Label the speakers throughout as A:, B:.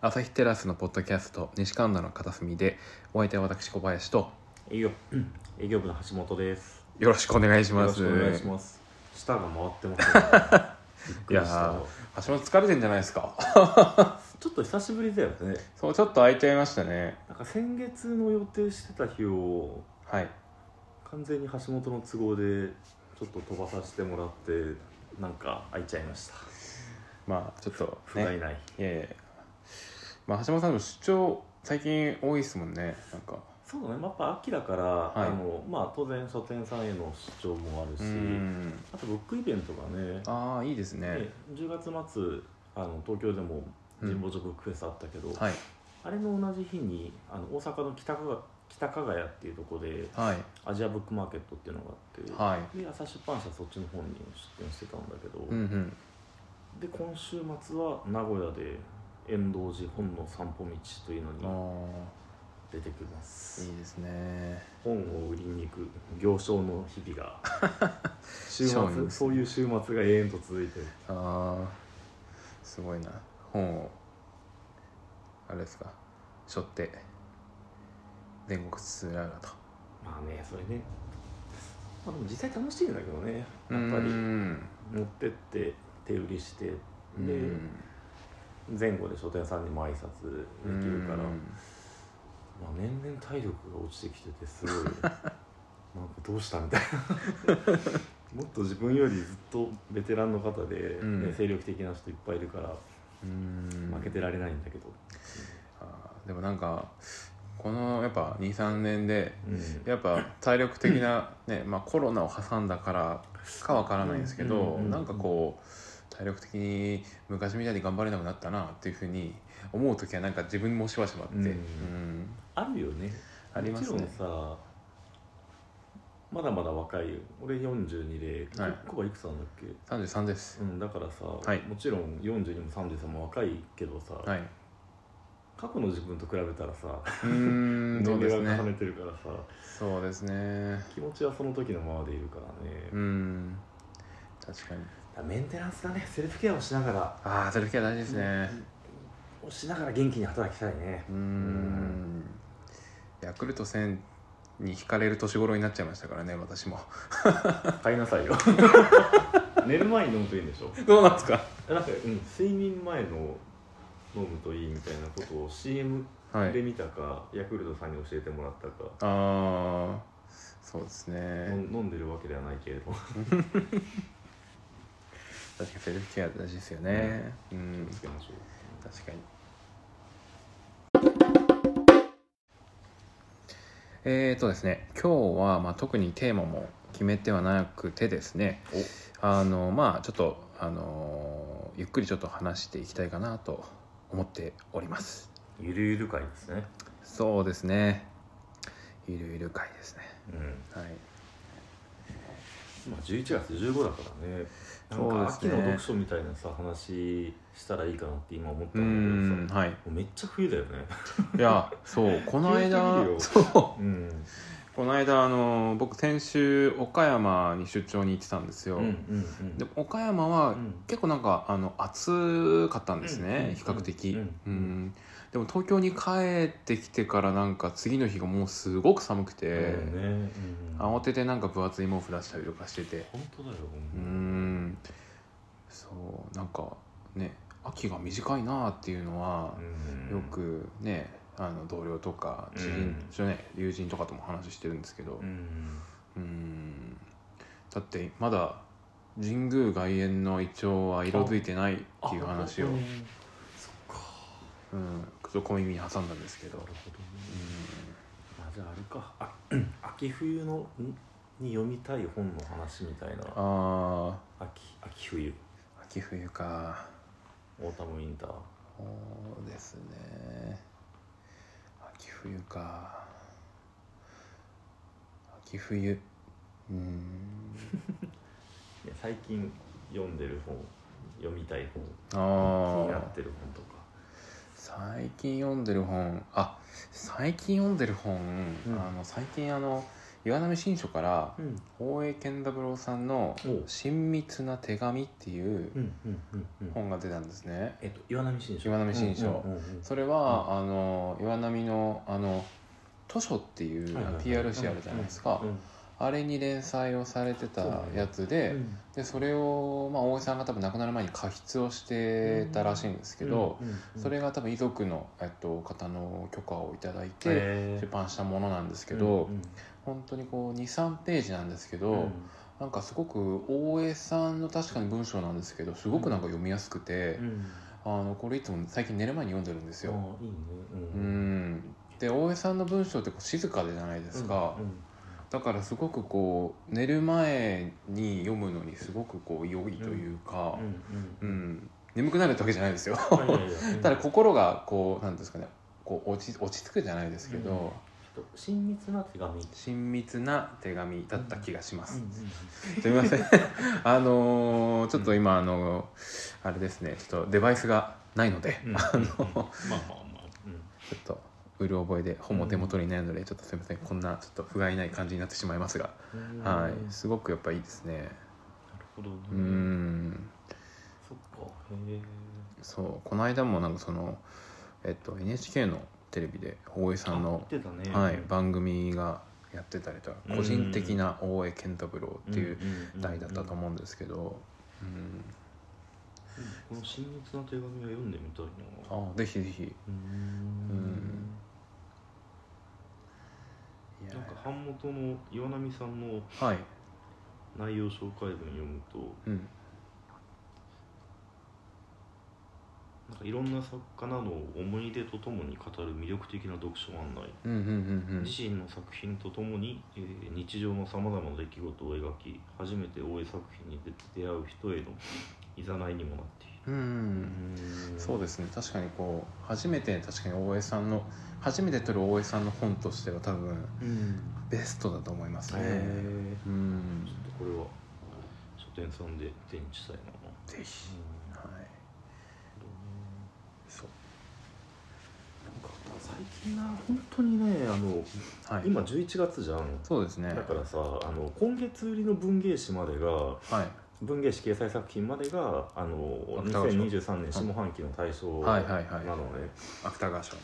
A: 朝日テラスのポッドキャスト西神田の片隅でお相手は私小林と
B: 営業営業部の橋本です
A: よろしくお願いし
B: よ
A: ます
B: ます舌が回って ますねびっくりし
A: い
B: た
A: や橋本疲れてんじゃないですか
B: ちょっと久しぶりだよね
A: そうちょっと空いちゃいましたね
B: なんか先月の予定してた日を
A: はい
B: 完全に橋本の都合でちょっと飛ばさせてもらってなんか開いちゃいました
A: まあちょっと
B: 不甲
A: ね
B: 斐ない、
A: いやいやまあ橋本さんでも出張最近多いですもんねなんか
B: そうだねやっぱ秋だから、
A: い
B: あのまあ当然書店さんへの出張もある
A: う
B: し
A: ん
B: あとブックイベントがね
A: ああいいですね
B: ね10月末あの東京でも神保町ブックフェスあったけど、
A: はい
B: あれの同じ日にあの大阪の北かが北加賀谷っていうところで
A: はい
B: アジアブックマーケットっていうのがあって、
A: はい
B: で朝出版社そっちの方に出店してたんだけど、
A: うんうん
B: で今週末は名古屋で遠藤寺本の散歩道というの
A: あ
B: に
A: あ
B: 出てきます
A: いいですね
B: 本を売りに行く行商の日々が 週
A: そうなん
B: 末
A: です
B: そういう週末が永遠と続いてる
A: ああすごいな本をあれですか背負って全国津々浦々と
B: まあねそれねまあでも実際楽しいんだけどねやっぱ
A: やっぱりう
B: り
A: ん
B: 持ってって手売りしてで、
A: うん
B: 前後で書店さんにも挨拶できるから、
A: うん
B: まあ、年々体力が落ちてきててすご いなんかどうしたみたいな もっと自分よりずっとベテランの方で、ね
A: うん
B: 精力的な人いっぱいいるから
A: うん
B: 負けてられないんだけど、
A: あーでもなんかこのやっぱ23年で
B: うん
A: やっぱ体力的な、ねまあ、コロナを挟んだからかわからないんですけど、
B: うんうんうん
A: なんかこう体力的に昔みたいに頑張れなくなったなっていうふうに思う時はなんか自分もしばしばあって、
B: うん
A: うん
B: あるよね
A: ありますね
B: もちろんさまだまだ若いよ俺42でコ
A: はい
B: バいくつなんだっけ、
A: 33です
B: う、ん、だからさ、
A: はい
B: もちろん42も33も若いけどさ、
A: はい、
B: 過去の自分と比べたらさ
A: うーんそうです
B: 年齢が重
A: ね
B: ねてるからさ
A: そうですね
B: 気持ちはその時のままでいるからね、
A: うん確かに
B: メンテナンスだねセルフケアをしながら
A: ああそれだけは大事ですね
B: をしながら元気に働きたいね
A: うんヤクルト1000に惹かれる年頃になっちゃいましたからね私も
B: 買いなさ いよ寝る前に飲むといいんでしょ
A: どうなんですか
B: なんか、うん、睡眠前の飲むといいみたいなことを CM
A: はい
B: で見たか、ヤクルトさんに教えてもらったか、
A: ああそうです
B: の
A: ね
B: 飲んでるわけではないけれ ど
A: 確かにセルフケア大事ですよねうん、
B: つけましょう
A: 確かにえーとですね今日はまあ特にテーマも決めてはなくてですねあのまあちょっとあのーゆっくりちょっと話していきたいかなと思っております
B: ゆるゆる会ですね
A: そうですねゆるゆる会ですね
B: うん
A: はい
B: まあ、11月15だからねなんか
A: そうですね
B: 秋の読書みたいなさ話したらいいかなって今思った
A: うん
B: だけ
A: ん
B: どさ
A: はい
B: もうめっちゃ冬だよね
A: いやそうこの間
B: 急す
A: そう
B: うん
A: この間あのー僕先週岡山に出張に行ってたんです
B: う
A: よ、
B: んうんうん
A: で岡山は
B: うん
A: 結構なんかあの暑かったんですね、
B: うん
A: 比較的、う
B: うんん
A: でも東京に帰ってきてからなんか次の日がもうすごく寒くて、
B: そうねうん
A: 慌ててなんか分厚い毛布出したりとかしてて
B: 本当だよ
A: うーんそうなんかね秋が短いなっていうのは
B: うん
A: よくねあの同僚とか知人、ね、友人とかとも話してるんですけど、
B: うん
A: うーんだってまだ神宮外苑のイチョウは色づいてないっていう話を、
B: あ
A: う
B: な
A: ん、
B: るほどね
A: ちょっと小耳に挟んだんですけど、
B: そっかなるほどね
A: う、
B: まあじゃああれかあ秋冬のんに読みたい本の話みたいなん
A: あ
B: 秋秋冬
A: ー秋冬か
B: オータムウィンター
A: そうですね秋冬か秋冬うーん
B: いや最近読んでる本読みたい 本気にな
A: ああ
B: ってる本とか
A: 最近読んでる本あ最近読んでる本、
B: うん
A: あの最近あの岩波新書から
B: うん
A: 大江健三郎さんの
B: お
A: 「親密な手紙」っていう
B: うんうんうんうん
A: 本が出たんですね。
B: えっと岩波新書
A: 岩波新書
B: うんうんうんうん
A: それは、あの岩波のあの図書っていう
B: はいはいはい
A: PRC あるじゃないですか
B: うんうん
A: あれに連載をされてたやつ
B: う
A: で
B: ん
A: でそれを、まあ、大江さんが多分亡くなる前に過筆をしてたらしいんですけど、
B: うんうんうん
A: それが多分遺族の、えっと、方の許可をいただいて
B: へ
A: 出
B: ー
A: 版したものなんですけ
B: うん
A: ど、
B: うん
A: 本当にこう23ページなんですけど、
B: うん
A: なんかすごく大江さんの確かに文章なんですけどすごくなんか読みやすくて、
B: うん
A: あのこれいつも最近寝る前に読んでるんですよ。
B: あーいいね
A: う
B: うん
A: んで大江さんの文章ってこう静かでじゃないですか、
B: うんうん
A: だからすごくこう寝る前に読むのにすごくこう良いというか、
B: う
A: うんん眠くなるってわけじゃないですよ
B: うんいやいやいや
A: ただ心がこうなんですかねこう落ち落ち着くじゃないですけど、
B: うん親密な手紙
A: 親密な手紙だった気がします、すみません あのーちょっと今、あのーあれですねちょっとデバイスがないので、
B: うん
A: あの
B: まあまあまあ、うん、
A: ちょっとうる覚えで本も手元にないので、ちょっとすみませんこんなちょっと不甲斐ない感じになってしまいますが、は
B: うん
A: いすごくやっぱいいですね
B: なるほどね
A: うーん
B: そっかへえ
A: そうこの間もなんかそのえっと NHK のテレビで大江さんの、
B: 言ってたね
A: はい、番組がやってたりとか
B: うん
A: 個人的な大江健三郎っていうん
B: ん
A: 題だったと
B: うん
A: 思うんですけど、うん
B: この親密な手紙は読んでみたいな
A: あぜひぜひ
B: うーんなんか版元の岩波さんの
A: はい、
B: 内容紹介文読むと
A: うん、
B: なんかいろんな作家などを思い出とともに語る魅力的な読書案内
A: うんうんうん
B: 自身の作品とともに、えー日常のさまざまな出来事を描き初めて大江作品に出出会う人へのいざないにもなっている
A: うんうんそうですすね確かにこう初めて確かに大江さんの初めて撮る大江さんの本としては多分
B: うん
A: ベストだと思います
B: へ
A: ね
B: え
A: うん
B: ちょっとこれは書店さんで手にしたいな
A: ぜひ
B: うん
A: はいそう
B: なんか最近な本当にねあの
A: はい
B: 今11月じゃん
A: そうですね
B: だからさあの今月売りの文芸誌までが
A: はい
B: 文芸誌掲載作品までがあの
A: 芥川賞
B: 2023年下半期の対象なの
A: はい
B: ね、
A: はいはい芥川賞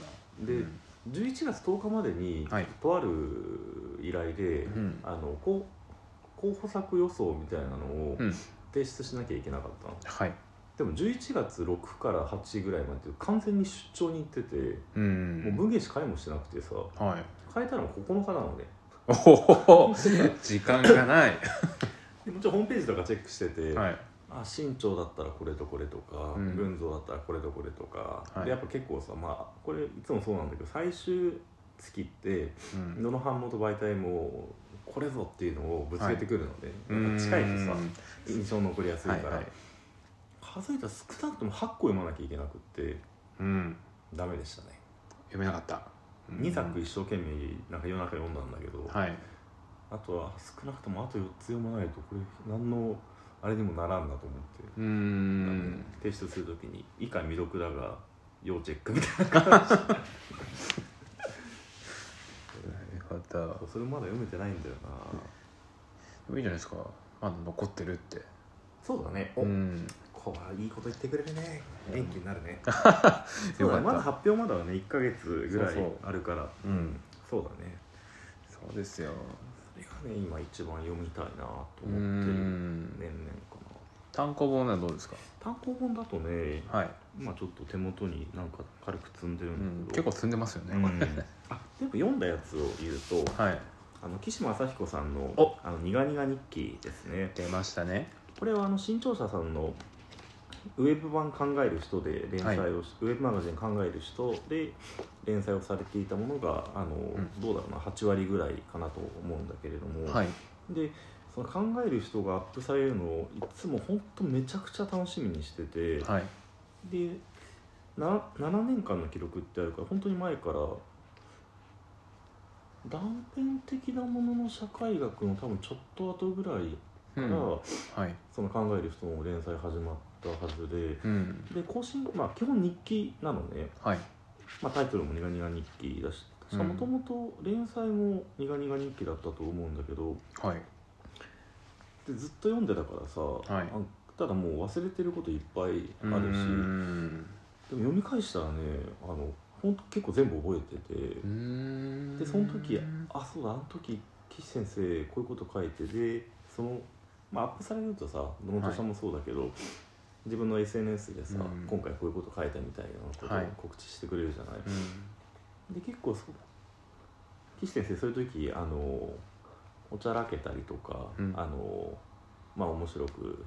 A: の
B: で
A: うん
B: 11月10日までに、
A: はい
B: とある依頼で、
A: うん
B: あのこう候補作予想みたいなのを
A: うん
B: 提出しなきゃいけなかったの、
A: はい
B: でも11月6から8ぐらいまでって完全に出張に行ってて、
A: うん
B: もう文芸誌買いもしてなくてさ
A: はい
B: 変えたのが9日なのね
A: お お時間がない
B: でもちろんホームページとかチェックしてて、
A: はい
B: あ新潮だったらこれとこれとか、
A: うん
B: 群像だったらこれとこれとか、
A: はい
B: でやっぱ結構さまあこれいつもそうなんだけど最終月って
A: う ん
B: 野の版元媒体もこれぞっていうのをぶつけてくるので、やっぱ近いとさ
A: うん
B: 印象残りやすいか
A: はい
B: ら、
A: はい
B: 数えたら少なくとも8個読まなきゃいけなくって
A: うん
B: ダメでしたね、
A: 読めなかった
B: 2作一生懸命なんか夜中読んだんだけど、
A: はい
B: あとは少なくともあと4つ読まないとこれ何のあれにもならんなと思って、
A: うー
B: あの
A: ん
B: 提出するときに以下未読だが要チェックみたいな感じ
A: なるほど
B: それまだ読めてないんだよな
A: でもいいじゃないですかまだ残ってるって
B: そうだねお、
A: うん
B: こはいいこと言ってくれるね元気になるね そ
A: よ
B: うだ
A: かっ
B: ね
A: た
B: まだ発表まだはね1ヶ月ぐらい
A: そうそう
B: あるから
A: うん
B: そうだね
A: そうですよ
B: それがね今一番読みたいなと思って
A: う
B: る
A: ん
B: 年々かな
A: 単行本はどうですか
B: 単行本だとね
A: はい、
B: 今ちょっと手元になんか軽く積んでる
A: うんん、
B: だけ
A: 結
B: ど、
A: 構積んでますよね、
B: うん あでも読んだやつを言うと
A: はい
B: あの岸間朝彦さんの
A: お
B: 「あの苦々日記」ですね
A: 出ましたね
B: これはあの新潮社さんのウェブ版考える人で連載をし、ウェブマガジン考える人で連載をされていたものがあの、
A: ん
B: どうだろうな8割ぐらいかなと思うんだけれども、
A: はい
B: でその考える人がアップされるのをいつも本当めちゃくちゃ楽しみにしてて、
A: はい
B: でな7年間の記録ってあるから本当に前から断片的なものの社会学の多分ちょっと後ぐらいか
A: う
B: ら、
A: んはい
B: その考える人の連載始まったはずで。
A: うん
B: で更新まあ基本日記なのね、
A: はい
B: まあ、タイトルも「苦々日記」だし確かもともと連載も「苦々日記」だったと思うんだけど
A: はい
B: でずっと読んでたからさ、
A: い
B: あただもう忘れてることいっぱいあるし
A: うーん
B: でも読み返したらねあのほんと結構全部覚えてて
A: うーん
B: でその時あそうだあの時岸先生こういうこと書いてでその、まあ、アップされるとさ野本さんもそうだけど、自分の SNS でさ、
A: うん
B: 今回こういうこと書いたみたいなことを
A: はい
B: 告知してくれるじゃない、
A: うん
B: で結構そう岸先生そういう時あのおちゃらけたりとか、
A: うん
B: あのまあ面白く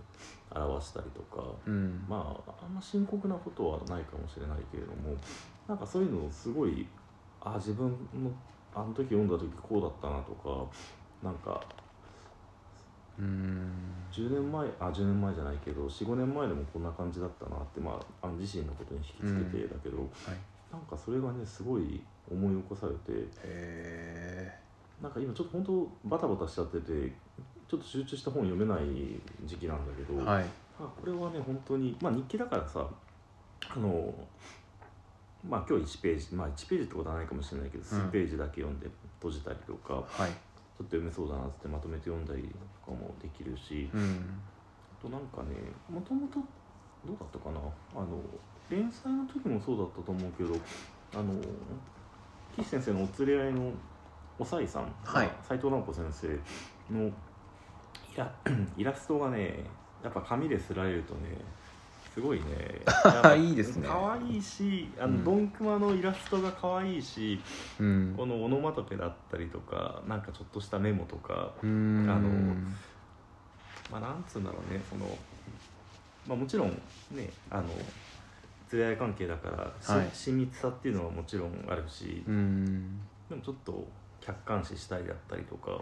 B: 表したりとか、
A: うん
B: まああんま深刻なことはないかもしれないけれどもなんかそういうのをすごいあ自分のあの時読んだ時こうだったなとかなんか
A: うーん
B: 10年前あ10年前じゃないけど45年前でもこんな感じだったなってまああの自身のことに引きつけてだけど、
A: はい
B: なんかそれがねすごい思い起こされて
A: へ
B: なんか今ちょっと本当バタバタしちゃっててちょっと集中した本読めない時期なんだけど、
A: ーはい
B: まあこれはね本当にまあ日記だからさあのまあ今日1ページまあ1ページってことはないかもしれないけど、数
A: うん
B: ページだけ読んで閉じたりとかちょっ
A: はい
B: と読めそうだなってまとめて読んだりとかもできるし、
A: うん
B: あとなんかねもともとどうだったかなあの連載の時もそうだったと思うけどあの岸先生のお連れ合いのおさいさん、
A: はい
B: 斎藤直子先生のイラ イラストがねやっぱ紙ですられるとねすごい ねやっぱ
A: いいですね
B: 可愛いしあの、
A: うん
B: ドンクマのイラストが可愛いし
A: うん
B: このオノマトペだったりとかなんかちょっとしたメモとか
A: うーん
B: あのまあ、なんつうんだろうねその、まあ、もちろんねあの連れ合い関係だから、し
A: はい
B: 親密さっていうのはもちろんあるし、
A: うーん
B: でもちょっと客観視したりだったりとか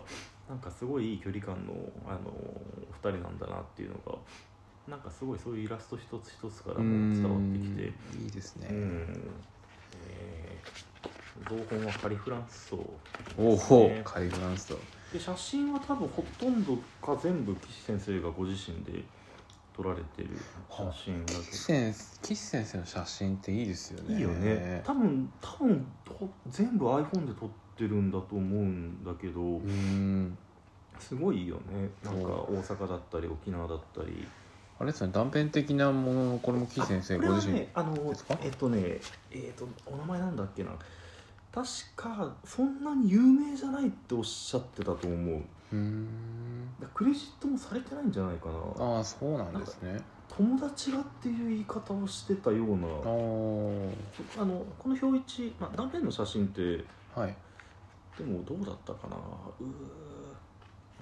B: なんかすごいいい距離感のあのお二人なんだなっていうのがなんかすごいそういうイラスト一つ一つからも伝わってきて
A: うーんいいです
B: うん、
A: ね
B: えー造本はカリフランス層
A: おおカリフランスと
B: で写真は多分ほとんどか全部岸先生がご自身で撮られてる写真だ
A: 岸先生岸先生の写真っていいですよ
B: けど
A: ね
B: いいよね多分多分と全部 iPhone で撮ってるんだと思うんだけど
A: うーん
B: すごいいいよねなんか
A: そ
B: 大阪だったり沖縄だったり
A: あれですね断片的なもののこれも岸先生
B: あこれ
A: ご
B: は
A: 自身
B: ねあの
A: ですか
B: えっとねえっとお名前なんだっけな確かそんなに有名じゃないっておっしゃってたと思う
A: うーん
B: だクレジットもされてないんじゃないかな
A: ああそうなんですね
B: 友達がっていう言い方をしてたような
A: あー
B: あのこの表一、まあ、断片の写真ってで
A: はい
B: もどうだったかなうー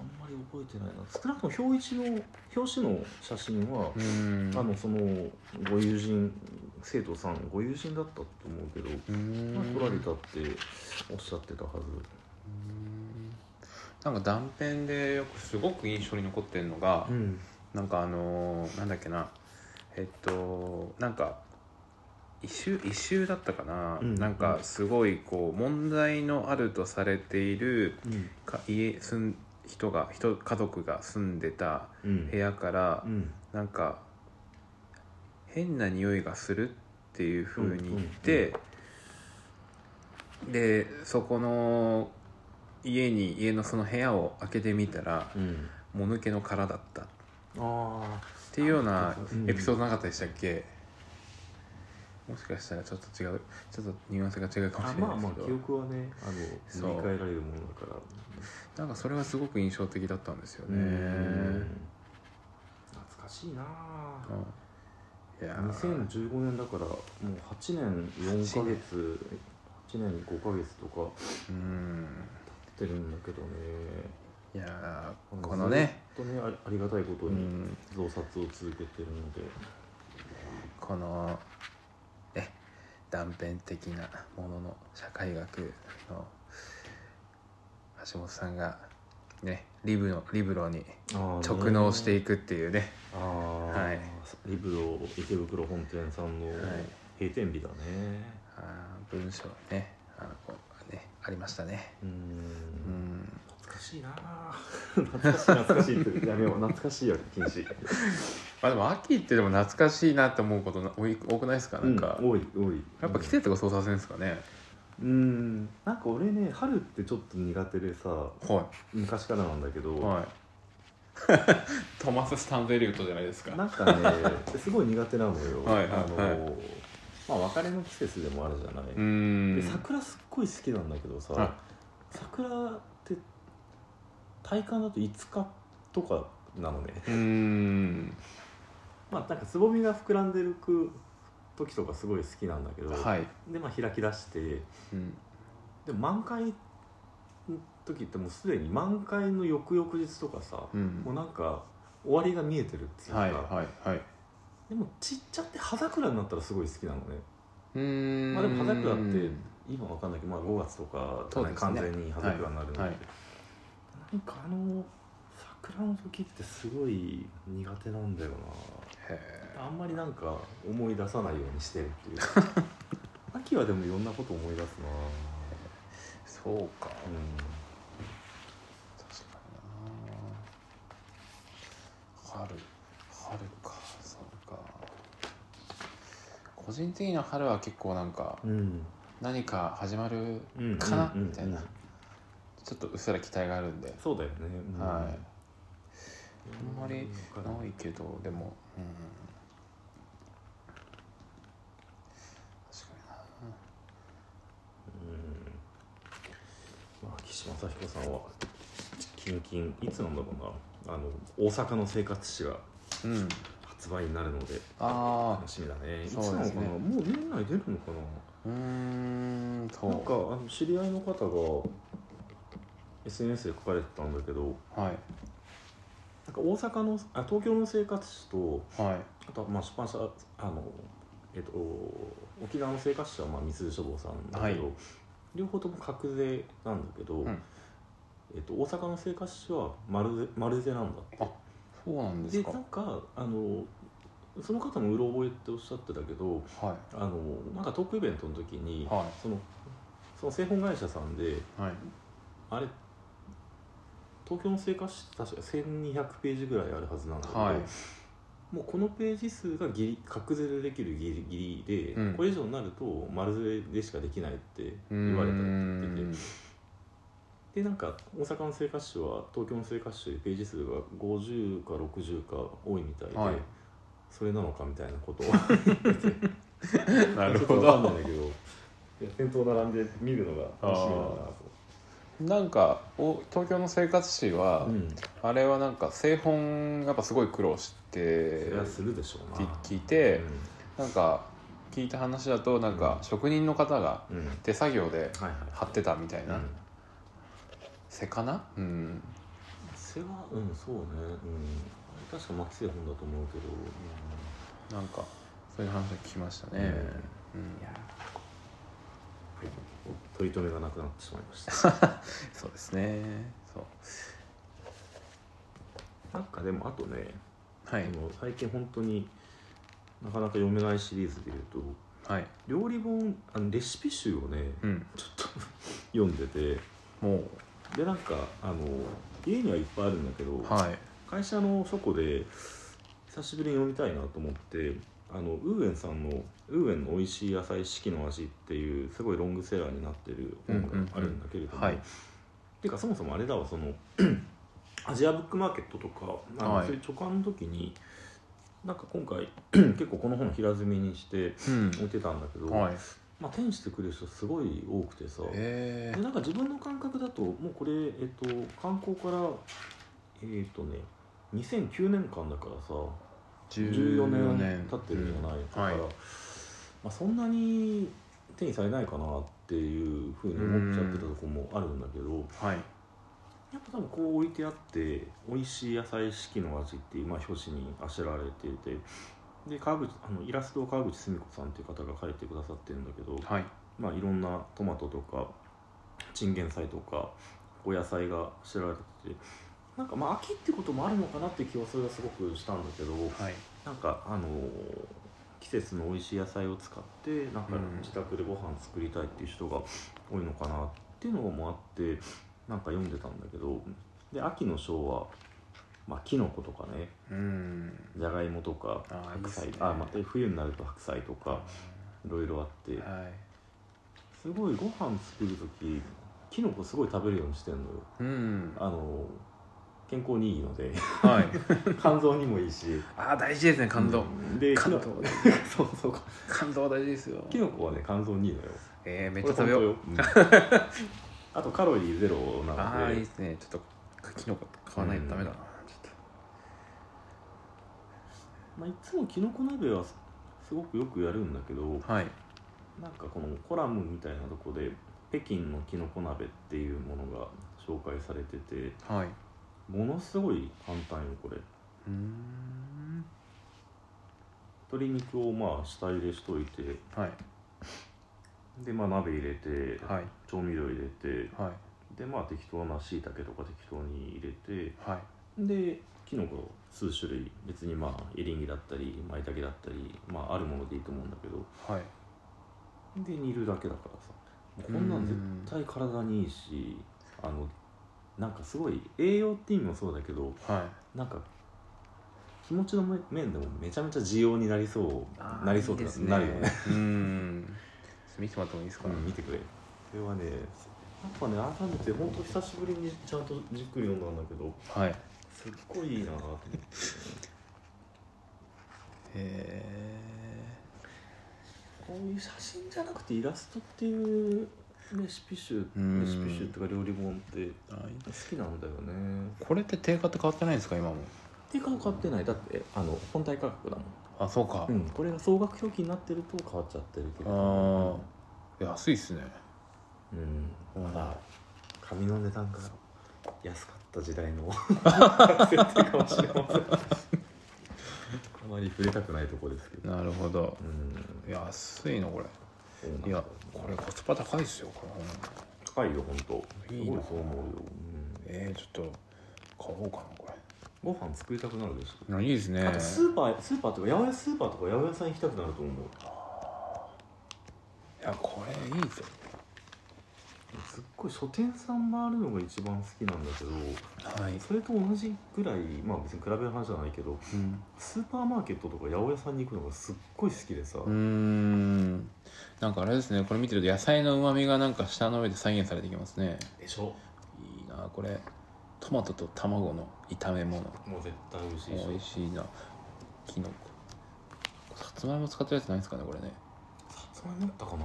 B: あんまり覚えてないな少なくとも表一の表紙の写真は
A: う、ーん
B: あのそのご友人生徒さんご友人だったと思うけど、
A: うーん
B: まあ、来られたっておっしゃってたは
A: なんか断片でよくすごく印象に残ってるのが、
B: ず、うん、
A: なんかあのーなんだっけなえっとなんか異臭異臭だったかな、
B: うん
A: なんかすごいこう問題のあるとされている
B: うん
A: か家住ん人が人家族が住んでた
B: うん
A: 部屋から
B: うん
A: なんか変な匂いがするっていう風に言って、でそこの家に家のその部屋を開けてみたら
B: うん
A: もぬけの殻だったっ
B: あ
A: ていうような
B: うん
A: エピソードなかったでしたっけ、もしかしたらちょっと違うちょっとニュアンスが違う
B: ー
A: かも
B: あ
A: しれ
B: ま
A: な
B: あ
A: いで
B: ます
A: けど、
B: あ記憶はねあ
A: そ
B: の
A: う
B: 塗り替えられるものだから
A: なんかそれはすごく印象的だったんですよね、
B: うん懐かしいなあ
A: うんいやー
B: 2015年だからもう8年4ヶ月8年5ヶ月とか
A: うん
B: 経ってるんだけどね
A: いや
B: あ
A: ーこのね
B: ずっとねありありがたいこと
A: う
B: に
A: ん
B: 増刷を続けてるので、
A: このね断片的なものの社会学の橋本さんがねリブのリブロに
B: あーね
A: 直納していくっていうね
B: あー、
A: はい
B: リブロ池袋本店さんの
A: はい
B: 閉店日だね、
A: あー文章ねあのこうねありましたね
B: うー
A: うんん
B: 懐かしいな あ懐かしい懐かしいってやめよう懐かしいより禁止
A: まあでも秋ってでも懐かしいなって思うことな多い多くないですかなんか、
B: うん多い多い
A: やっぱ季節がそうさせるんですかね
B: うんなんか俺ね春ってちょっと苦手でさ
A: は
B: 昔からなんだけど、
A: いはい トマス・スタンゼリュートじゃないですか
B: な んかねすごい苦手なのよ、
A: はいはい
B: あのまあ別れの季節でもあるじゃない、
A: うーん
B: で桜すっごい好きなんだけどさ、
A: はい
B: 桜って体感だと5日とかなのね
A: うーん
B: まあなんかつぼみが膨らんでるく時とかすごい好きなんだけど、
A: はい、
B: でまあ開き出して
A: うん、
B: でも満開の時ってもうすでに満開の翌々日とかさ、
A: うん
B: もうなんか終わりが見えてるっていうか、
A: はいはいはい
B: でもちっちゃって葉桜になったらすごい好きなのね
A: うーん
B: まあでも葉桜って今わかんないけど、まあ、5月とか
A: そうですね
B: 完全に葉桜になるので、
A: はいはい
B: なんかあの桜の時ってすごい苦手なんだよ
A: へ
B: なあんまりなんか思い出さないようにしてるっていう 秋はでもいろんなこと思い出すな
A: えそうか
B: う
A: 確かにな春春かそうか個人的には春は結構なんか
B: んうん
A: 何か始まる
B: うん
A: かな、
B: うんうん
A: みたいなちょっとうっすら期待があるんで
B: そうだよね、うん
A: はい
B: うん
A: あんまり
B: わかる
A: ないけどでもうん確か
B: うんまあ、岸正彦さんは近々いつなんだろうなあの大阪の生活史が
A: になうん
B: 発売になるので
A: ああ
B: 楽しみだねいつ
A: そう
B: なのかな
A: ですね
B: もう年内出るのかな
A: うーんそ
B: なんかあ
A: う
B: の知り合いの方が SNS で書かれてたんだけど
A: はい
B: なんか大阪のあ東京の生活史と
A: はい
B: あとはまあ出版社あのえっと沖縄の生活史はまあ三鈴書房さんだけど、
A: はい
B: 両方とも格税なんだけど、
A: うん
B: えっと、大阪の生活史は丸ぜ丸税なんだって
A: あそうなんで
B: です
A: か
B: なんかあのその方もうろ覚えっておっしゃってたけど
A: は
B: あのなんかトークイベントの時に、
A: いは
B: そのその製本会社さん
A: い
B: で
A: はい
B: あれ東京の生活史って確か1200ページぐらいあるはずなんだけど、
A: はい
B: もうこのページ数がギリ格ゼロできるギリギリで、
A: うん
B: これ以上になると丸ゼロでしかできないって言われ
A: うー
B: たって言ってて
A: ん
B: でなんか大阪の生活史は東京の生活史よりページ数が50か60か多いみたいで、
A: はい
B: それなのかみたいなことを
A: なる
B: ちょ
A: ほ
B: っとわかん
A: ど
B: ないんだけどいや店頭並んで見るのが楽しみだなと
A: なんかお東京の生活史は、
B: うん
A: あれはなんか製本やっぱすごい苦労して
B: それはするでしょうな
A: 聞いてなんか聞いた話だとなんか職人の方が
B: うん、うんはい
A: 手作業で
B: はい
A: 貼ってたみたいな、
B: うん
A: せかなうん
B: 世話うんそうねうんあれ確か牧製本だと思うけど、
A: なんかそういう話を聞きましたね、うん
B: うんいやーはい取り留めがなくなってしまいました
A: そうですねそう
B: なんかでもあとね、
A: はい
B: その最近本当になかなか読めないシリーズでいうと
A: はい
B: 料理本あのレシピ集をね
A: うん
B: ちょっと 読んでて
A: もう
B: でなんかあの家にはいっぱいあるんだけど、
A: はい
B: 会社の書庫で久しぶりに読みたいなと思ってあのウーエンさんの「ウーエンの美味しい野菜四季の味」っていうすごいロングセラーになってる本があるんだけれども、
A: うんうんうんはい
B: てかそもそもあれだわその アジアブックマーケットとかあの、
A: はい
B: そういう直販の時になんか今回 結構この本平積みにして
A: うん
B: 置いてたんだけど、
A: はい
B: まあ、手にしてくれる人すごい多くてさ。
A: え
B: でなんか自分の感覚だともうこれ、えっと、観光からえっ、とね2009年間だからさ
A: ー、
B: 14年経ってるんじゃない、だ
A: うん
B: から、
A: はい
B: まあ、そんなに手にされないかなっていうふうに思っちゃってたとこもあるんだけど
A: はい
B: やっぱ多分こう置いてあって「美味しい野菜四季の味」っていう、まあ、表紙にあしらわれていてで川口あのイラストを川口澄子さんっていう方が描いてくださってるんだけど、
A: はい
B: まあ、いろんなトマトとかチンゲン菜とかお野菜が知られててなんかまあ秋ってこともあるのかなって気はそれはすごくしたんだけど
A: はい
B: なんかあのー季節の美味しい野菜を使ってなんか
A: うん
B: 自宅でご飯作りたいっていう人が多いのかなっていうのもあってなんか読んでたんだけどで秋の章は、まあ、キノコとかね
A: うん
B: じゃがいもとか
A: あーいいっ
B: 白
A: す
B: 菜
A: ね
B: あまあで冬になると白菜とかいろいろあって
A: はい
B: すごいご飯作る時きのこすごい食べるようにしてんのよ
A: うん
B: あの健康にいいので
A: はい
B: 肝臓にもいいし
A: ああ大事ですね感動、
B: うんで
A: 感動
B: きの そうそう
A: 感動大事ですよ
B: きのこはね肝臓にいいのよ
A: えー、めっちゃ食べよう
B: これ本 当ようんあとカロリーゼロな
A: ああ
B: の
A: いい
B: で
A: ですねちょっとキノコ買わないとダメだな、ちょっと
B: まあ、いつもきのこ鍋はすすごくよくやるんだけど
A: はい
B: なんかこのコラムみたいなとこで北京のきのこ鍋っていうものが紹介されてて
A: はい
B: ものすごい簡単よこれ
A: うーん
B: 鶏肉をまあ下茹でしといて
A: はい
B: でまあ鍋入れて、
A: はい
B: 調味料入れて
A: はい
B: でまあ適当なしいたけとか適当に入れて
A: はい
B: できのこ数種類別にまあエリンギだったり舞茸だったりまああるものでいいと思うんだけど
A: はい
B: で煮るだけだからさこんなん絶対体にいいしあのなんかすごい栄養って意味もそうだけど
A: はい
B: なんか気持ちの面面でもめちゃめちゃ需要になりそうなりそうってななるよね、
A: うーんちょっと見てもらってもいいですか、
B: うん見てくれこれはねやっぱね改めて本当久しぶりにちゃんとじっくり読んだんだけど
A: はい
B: すっごいいいなと思って、
A: え
B: こういう写真じゃなくてイラストっていうレシピ集
A: うん
B: レシピ集とか料理本って
A: ー、
B: 好きなんだよね
A: これって定価って変わってないんですか今も
B: 定価は変わってないだってあの本体価格だもん
A: あそうか、
B: うん、これが総額表記になってると変わっちゃってるけれど
A: あ
B: も
A: あ安いっすね
B: うん
A: うん
B: まだ紙の値段が安かった時代の設定かもしれませんあまり触れたくないとこですけど
A: なるほど
B: うん
A: 安いのこれ
B: そうなんだ
A: いやこれコスパ高いっすよこれ
B: 高いよ本当
A: いいな
B: すごそう思うよ、うん
A: えー、ちょっと買おうかなこ
B: ご飯作りたくなるでしょ
A: れあいいですね
B: あとスーパースーパーとか八百屋スーパーとか八百屋さん行きたくなると思う
A: いやこれいいぞ
B: すっごい書店さん回るのが一番好きなんだけど
A: はい、
B: それと同じぐらいまあ別に比べる話じゃないけど
A: うん
B: スーパーマーケットとか八百屋さんに行くのがすっごい好きでさ、
A: うーんなんかあれですねこれ見てると野菜のうまみがなんか舌の上で再現されてきますね
B: でしょ
A: いいなこれトマトと卵の炒め物
B: もう絶対美味しいでしょ
A: 美味しいなきのこさつまいも使ってるやつないんですかねこれね
B: さつまいもだったかな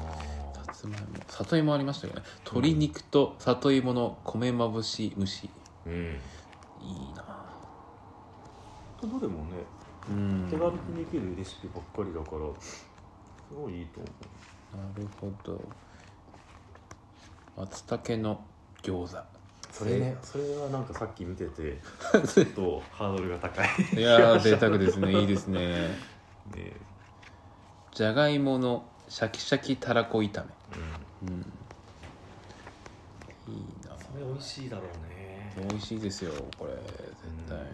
A: さつまいも里芋ありましたよね鶏肉と里芋の米まぶし蒸し
B: うん
A: いいな
B: どれもね
A: うん
B: 手軽にできるレシピばっかりだからすごいいいと思
A: なるほど松茸の餃
B: うそれねそれはなんかさっき見て てちょっとハードルが高い
A: 子い やー贅沢ですねいいですね
B: ね
A: じゃがいものシャキシャキたらこ炒め
B: う
A: う
B: ん
A: んいいな
B: それ美味しいだろうね
A: 美味しいですよこれ絶対、
B: うん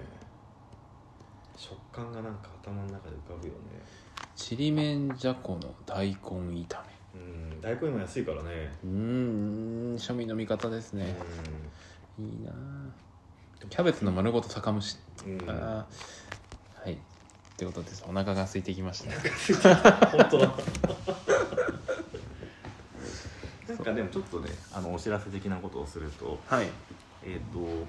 B: 食感がなんか頭の中で浮かぶよね
A: ちりめんじゃこの大根炒
B: うん大根も安いからね
A: めうーん庶民の味方ですね、いいなあキャベツの丸ごと酒蒸し、
B: うん、うん、
A: あ
B: 本
A: ーはいってことですお腹が空いてきました
B: 当だ なんかでもちょっとねあのお知らせ的なことをすると
A: はい
B: えっ、とも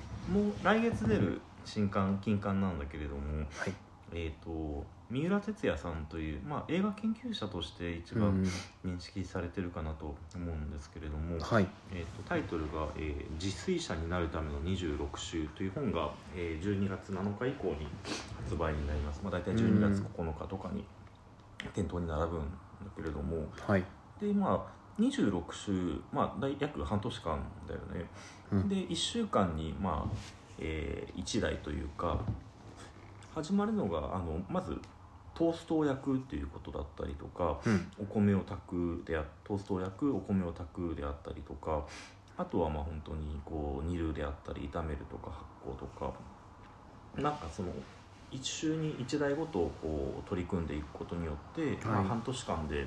B: う来月出る新刊金刊なんだけれども
A: はい
B: えっ、と三浦哲也さんという、まあ、映画研究者として一
A: う
B: 番
A: ん
B: 認識されてるかなと思うんですけれども、
A: はい
B: えー、とタイトルが、えー自炊者になるための26週」という本が、えー12月7日以降に発売になります、まあ、大体12月9日とかに店頭に並ぶんだけれども
A: はい
B: でまあ26週、まあ、大約半年間だよね、
A: うん
B: で1週間に、まあえ1台というか始まるのがあのまずトーストを焼くっていうことだったりとか、
A: うん
B: お米を炊くであトーストを焼くお米を炊くであったりとかあとはまあ本当にこう煮るであったり炒めるとか発酵とかなんかその一週に一台ごとこう取り組んでいくことによって、まあ半年間で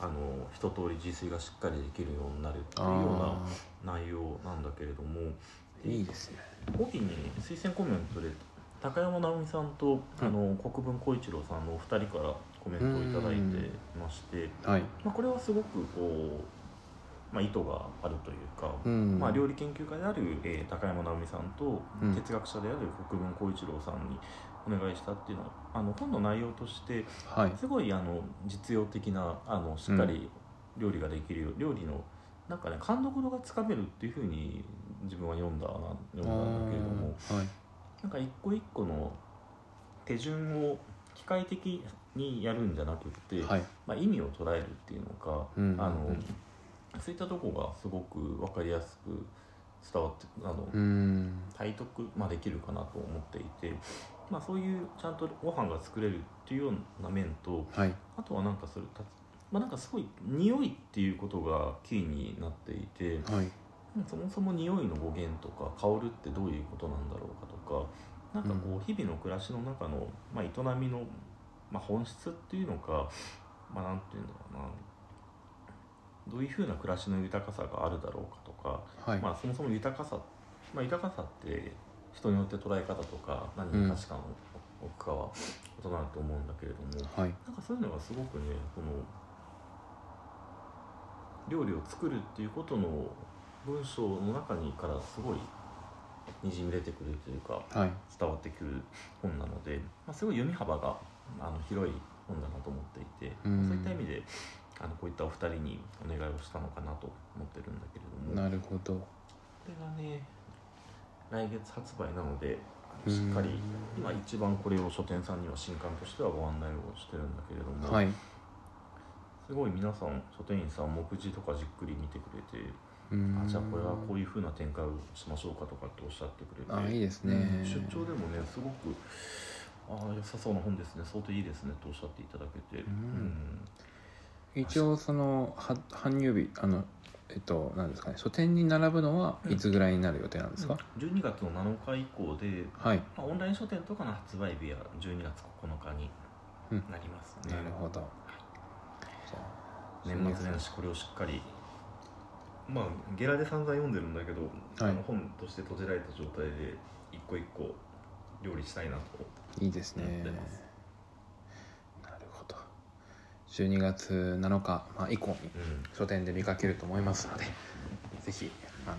B: あの一通り自炊がしっかりできるようになるっていうよ
A: あ
B: うな内容なんだけれども
A: あいいですね
B: 帯に推薦コメントで高山直美さんと、あの国分光一郎さんのお二人からコメントを頂いただいてまして。
A: はい
B: まあ、これはすごくこうまあ、意図があるというか、
A: うん
B: まあ、料理研究家である、えー高山直美さんと、
A: うん
B: 哲学者である国分光一郎さんにお願いしたっていうのはあの本の内容として
A: はい
B: すごいあの実用的なあのしっかり料理ができるよ、料理のなんかね勘どころがつかめるっていうふうに自分は読んだな読んだんだけれども
A: あーはい
B: なんか一個一個の手順を機械的にやるんじゃなくって、
A: はい
B: まあ、意味を捉えるっていうのか、
A: うん
B: あ
A: う
B: の
A: ん
B: そういったとこがすごく分かりやすく伝わってあの、
A: うん
B: 体得、まあ、できるかなと思っていて、まあ、そういうちゃんとご飯が作れるっていうような面と
A: はい
B: あとはなんかそれたつまあ、なんかすごい匂いっていうことがキーになっていて
A: はい
B: そもそも匂いの語源とか香るってどういうことなんだろうかとかなんかこう日々の暮らしの中の、まあ、営みの、まあ、本質っていうのか、まあ、なんていうんだろうなどういうふうな暮らしの豊かさがあるだろうかとか
A: はい
B: まあ、そもそも豊かさ、まあ、豊かさって人によって捉え方とか何に価値観を置くかは異なると思うんだけれども、
A: はい
B: なんかそういうのがすごくねこの料理を作るっていうことの文章の中にからすごいにじみ出てくるというか
A: はい
B: 伝わってくる本なので、まあ、すごい読み幅があの広い本だなと思っていて、
A: うん
B: そういった意味であのこういったお二人にお願いをしたのかなと思ってるんだけれども。
A: なるほど
B: これがね来月発売なので
A: うん
B: しっかり今一番これを書店さんには新刊としてはご案内をしてるんだけれども、
A: はい
B: すごい皆さん書店員さん目次とかじっくり見てくれて、
A: うん
B: あじゃあこれはこういうふうな展開をしましょうかとかっておっしゃってくれて
A: あいいですね
B: うん出張でもねすごくああ良さそうな本ですね相当いいですねとおっしゃっていただけて、
A: ん一応そのは搬入日あのえっと何ですかね書店に並ぶのは
B: うん
A: いつぐらいになる予定なんですか、
B: 12月の7日以降で
A: はい
B: まあ、オンライン書店とかの発売日は12月9日になります
A: な
B: ね、
A: るほどじゃあ
B: 年末年始これをしっかりまあゲラで散々読んでるんだけど、あの本として閉じられた状態で一個一個料理したいなと
A: いいですね
B: 思ってます、
A: なるほど12月7日、まあ、以降に
B: うん
A: 書店で見かけると思いますのでぜひあの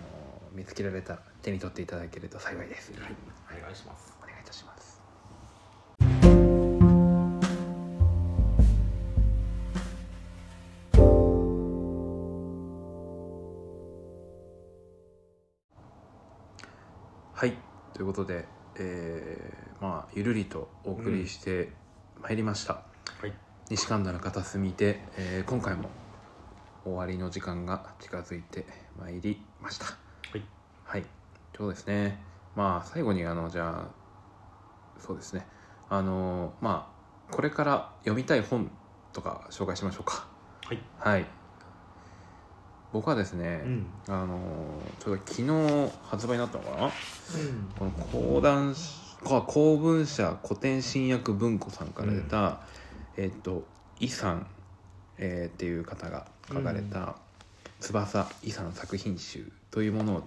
A: 見つけられたら手に取っていただけると幸いです、はい、
B: お願いします
A: お願いいたしますはいということで、えーまあゆるりとお送りしてまいりました、
B: はい
A: 西神田の片隅で、えー今回も終わりの時間が近づいてまいりました
B: はい
A: はいそうですねまあ最後にあのじゃあそうですねあのまあこれから読みたい本とか紹介しましょうか
B: はい
A: はい僕はですね、
B: うん
A: あのちょうど昨日発売になったのかなこの講談しあ公文社古典新薬文庫さんから出た、えっとイさん、えーっていう方が書かれた「翼イさん作品集」というものを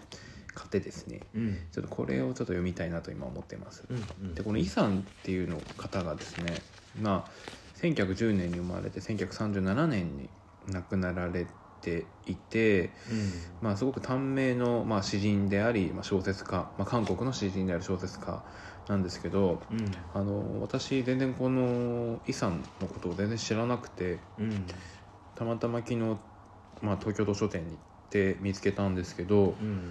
A: 買ってですね
B: うんうん
A: ちょっとこれをちょっと読みたいなと今思っています。
B: うん
A: でこのイさんっていうの方がですねまあ1910年に生まれて1937年に亡くなられていて、まあ、すごく短命の、まあ、詩人であり、まあ、小説家、まあ、韓国の詩人である小説家なんですけど
B: うんうん
A: あの私全然このイさんのことを全然知らなくて
B: うん
A: たまたま昨日、まあ、東京都書店に行って見つけたんですけど
B: うん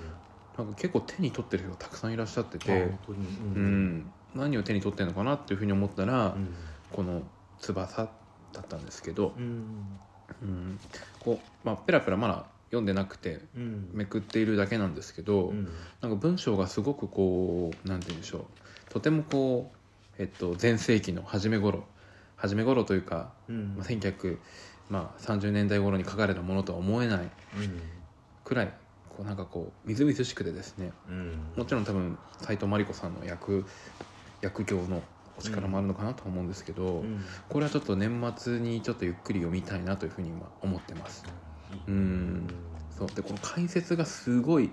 A: なんか結構手に取ってる人がたくさんいらっしゃって
B: あ
A: て、
B: 本当に
A: う
B: うん
A: ん、何を手に取ってるのかなっていうふうに思ったら、
B: うん
A: この「翼」だったんですけど、
B: うん
A: うんこうまあ、ペラペラまだ読んでなくて
B: うん
A: めくっているだけなんですけど。
B: うん
A: なんか文章がすごくこうなんて言うんでしょうとてもこう、えっと、前世紀の初め頃初め頃というか、
B: うん
A: まあ、1930、まあ、30年代頃に書かれたものとは思えないくらいこうなんかこうみずみずしくてですね
B: うん
A: もちろん多分斎藤真理子さんの役役業のお力もあるのかなと思うんですけど、
B: うん
A: これはちょっと年末にちょっとゆっくり読みたいなというふうに今思ってます。うんそうでこの解説がすごい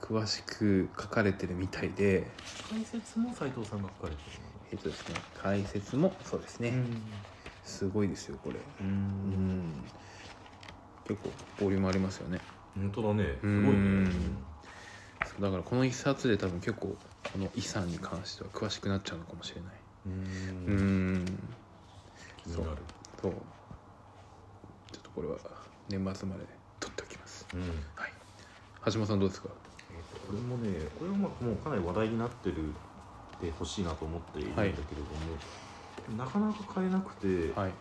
A: 詳しく書かれてるみたいで、
B: 解説も斎藤さんが書かれて
A: えっとですね、解説もそうですね、
B: る
A: すごいですよこれ
B: う
A: うんん結構ボリュームありますよね
B: 本当だね
A: う
B: すごい
A: ん
B: ね
A: そうだからこの一冊で多分結構この遺産に関しては詳しくなっちゃうのかもしれない
B: うん
A: うん
B: 気になる
A: そうちょっとこれは年末まで取っておきます
B: うん、えっ
A: はい橋本さんどうですか
B: とこれもねこれはまあもうかなり話題になってるで欲しいなと思っているんだけれども、なかなか買えなくて、
A: はい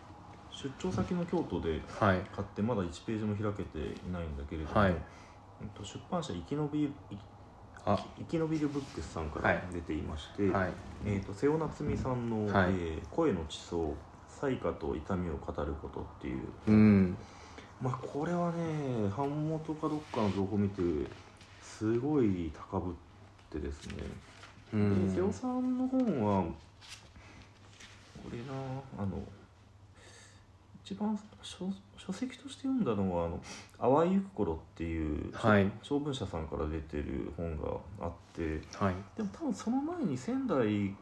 B: 出張先の京都で
A: はい
B: 買ってまだ1ページも開けていないんだけれども、
A: はい
B: うんと出版社生き延び
A: あ
B: 生き延びるブックスさんか
A: は
B: ら
A: い
B: 出ていまして、
A: はい
B: えー、と瀬尾夏美さんの「
A: はい
B: えー声の地層才華と痛みを語ること」っていう、
A: うん
B: まあ、これはね版元かどっかの情報を見てすごい高ぶってですね、
A: う
B: で瀬尾
A: ん
B: さんの本はこれなあの一番書書籍として読んだのは「あの淡いゆく頃」っていう、
A: はい
B: 長文社さんから出てる本があって。
A: はい
B: でも多分その前に仙台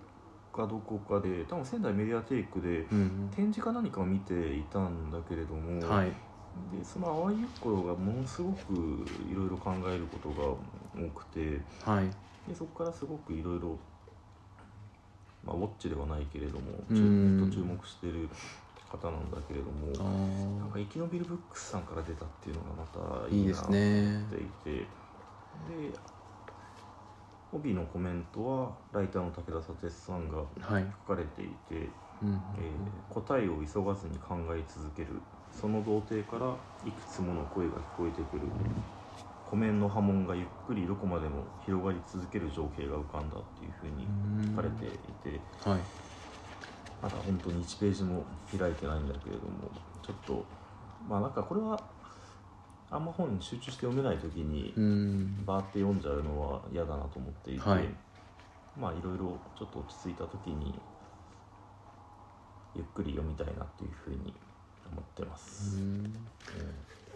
B: かどこかで多分仙台メディアテイクで
A: うん
B: 展示か何かを見ていたんだけれども、
A: はい
B: でその淡いゆっころがものすごくいろいろ考えることが多くて
A: はい
B: でそこからすごくいろいろ、まあ、ウォッチではないけれども
A: う
B: ち
A: ん
B: ょっと注目してる方なんだけれど
A: あ
B: もなんか
A: ー
B: 生き延びるブックスさんから出たっていうのがまた
A: い
B: い
A: い
B: い
A: で
B: な
A: す
B: と
A: ね
B: っていてで帯のコメントはライターの武田砂鉄さんが
A: はい
B: 書かれていて、
A: うん
B: えー答えを急がずに考え続けるその童貞からいくつもの声が聞こえてくる湖面の波紋がゆっくりどこまでも広がり続ける情景が浮かんだっていうふうに書かれていて
A: はい
B: まだ本当に1ページも開いてないんだけれどもちょっとまあなんかこれはあんま本に集中して読めない時に
A: うん
B: バーって読んじゃうのは嫌だなと思っていて、
A: はい
B: まあいろいろちょっと落ち着いた時にゆっくり読みたいなっていうふうに思ってま
A: う
B: す。
A: ん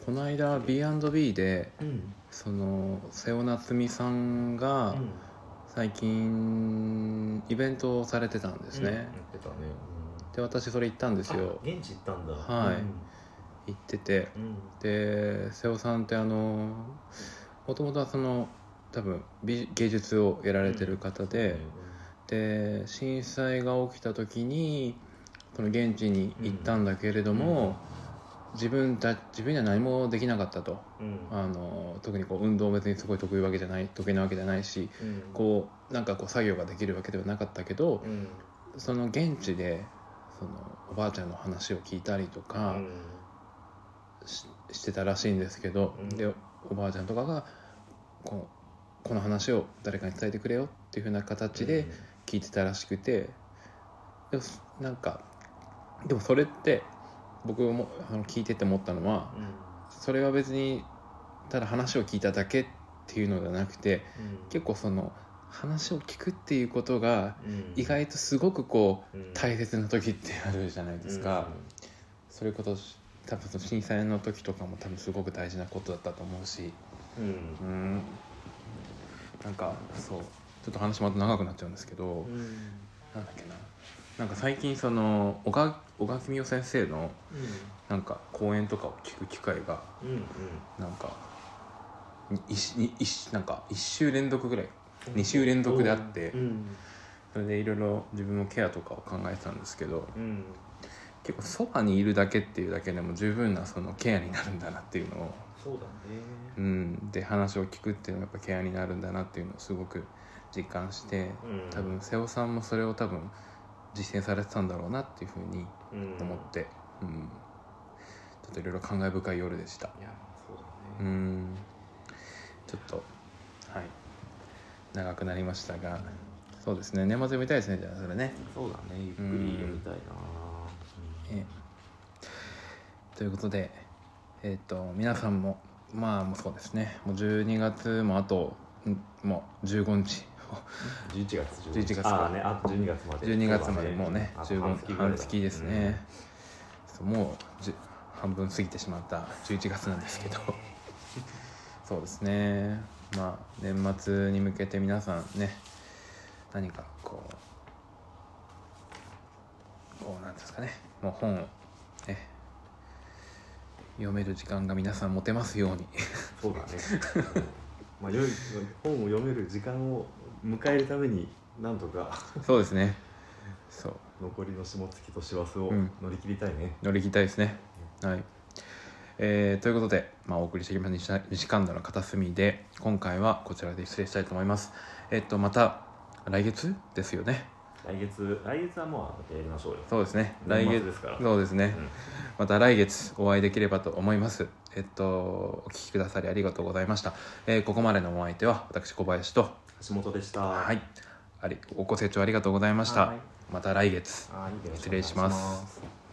A: この間 B&B で
B: うん、
A: その瀬尾夏美さん
B: う
A: が、
B: ん、
A: 最近イベントをされてたんですね、
B: 言ってたね。
A: で私それ行ったんで
B: です
A: よ
B: 現地行ったんだ。
A: はい行ってて
B: うん。うん。
A: で瀬尾さんってあのもともとはその多分美芸術をやられてる方で、で震災が起きた時にその現地に行ったんだけれども、自分た自分には何もできなかったと
B: うん、うん。
A: あの特にこう運動も別にすごい得意わけじゃない得意なわけじゃないし
B: うん、
A: こうなんかこう作業ができるわけではなかったけど、
B: うん。うん。
A: その現地でそのおばあちゃんの話を聞いたりとかし,、してたらしいんですけど、
B: うん
A: でおばあちゃんとかがこうこの話を誰かに伝えてくれよっていうふうな形で聞いてたらしくて、でもすなんかでもそれって僕もあの聞いてて思ったのは
B: うん。うん。
A: それは別にただ話を聞いただけっていうのではなくて
B: うん。
A: 結構その話を聞くっていうことが
B: うん
A: 意外とすごくこう
B: うん
A: 大切な時ってあるじゃないですか、それこそ多分その震災の時とかも多分すごく大事なことだったと思うし
B: うん。
A: うんなんかそうちょっと話また長くなっちゃうんですけど、
B: うん。うん。
A: なんだっけななんか最近その小川小川公夫先生のなんか講演とかを聞く機会が
B: うん。うん。
A: なんかに一に一なんか一週連続ぐらい
B: うん
A: 二週連続であって
B: うん。
A: それでいろいろ自分もケアとかを考えてたんですけど、
B: うん。
A: 結構そばにいるだけっていうだけでも十分なそのケアになるんだなっていうのを、
B: そうだね。
A: うん、で話を聞くっていうのがやっぱケアになるんだなっていうのをすごく実感して
B: うん
A: 多分瀬尾さんもそれを多分実践されてたんだろうなっていうふうに
B: うん
A: 思って、うん、ちょっといろいろ感慨深い夜でした
B: いや、そうだ
A: う
B: ね。
A: んちょっとはい長くなりましたがそうですね年末読みたいですねじゃあそれね
B: そうだね。ゆっくり読みたいな。
A: ええということで、えっと皆さんもまあもうそうですねもう12月もあとんもう15日
B: 十一月
A: 11月か
B: ああね、あと十二月まで。
A: 12月までもうね
B: あと
A: 十分
B: ぐらい
A: 半
B: だ
A: 月ですね、そうもうじゅ半分過ぎてしまった11月なんですけどそうですねまあ年末に向けて皆さんね何かこうこうなんですかねもう本をね読める時間が皆さん持てますように
B: うん。そうだね、うんまあ、よい本を読める時間を迎えるためになんとか
A: そうですねそう
B: 残りの下月と師走を
A: うん
B: 乗り切りたいね、
A: 乗り切りたいですねはいえーということで、まあ、お送りしてきました西神田の片隅で今回はこちらで失礼したいと思いますえっとまた来月ですよね
B: 来月来月はもうやりましょうよ
A: そうですね来
B: 年末
A: 月
B: ですから
A: そうですね、
B: うん
A: また来月お会いできればと思いますえっとお聞きくださりありがとうございました、えーここまでのお相手は私小林と
B: 橋本でした
A: はいありご清聴ありがとうございまし
B: は
A: た
B: い
A: また来月
B: はい
A: 失礼します
B: お願いします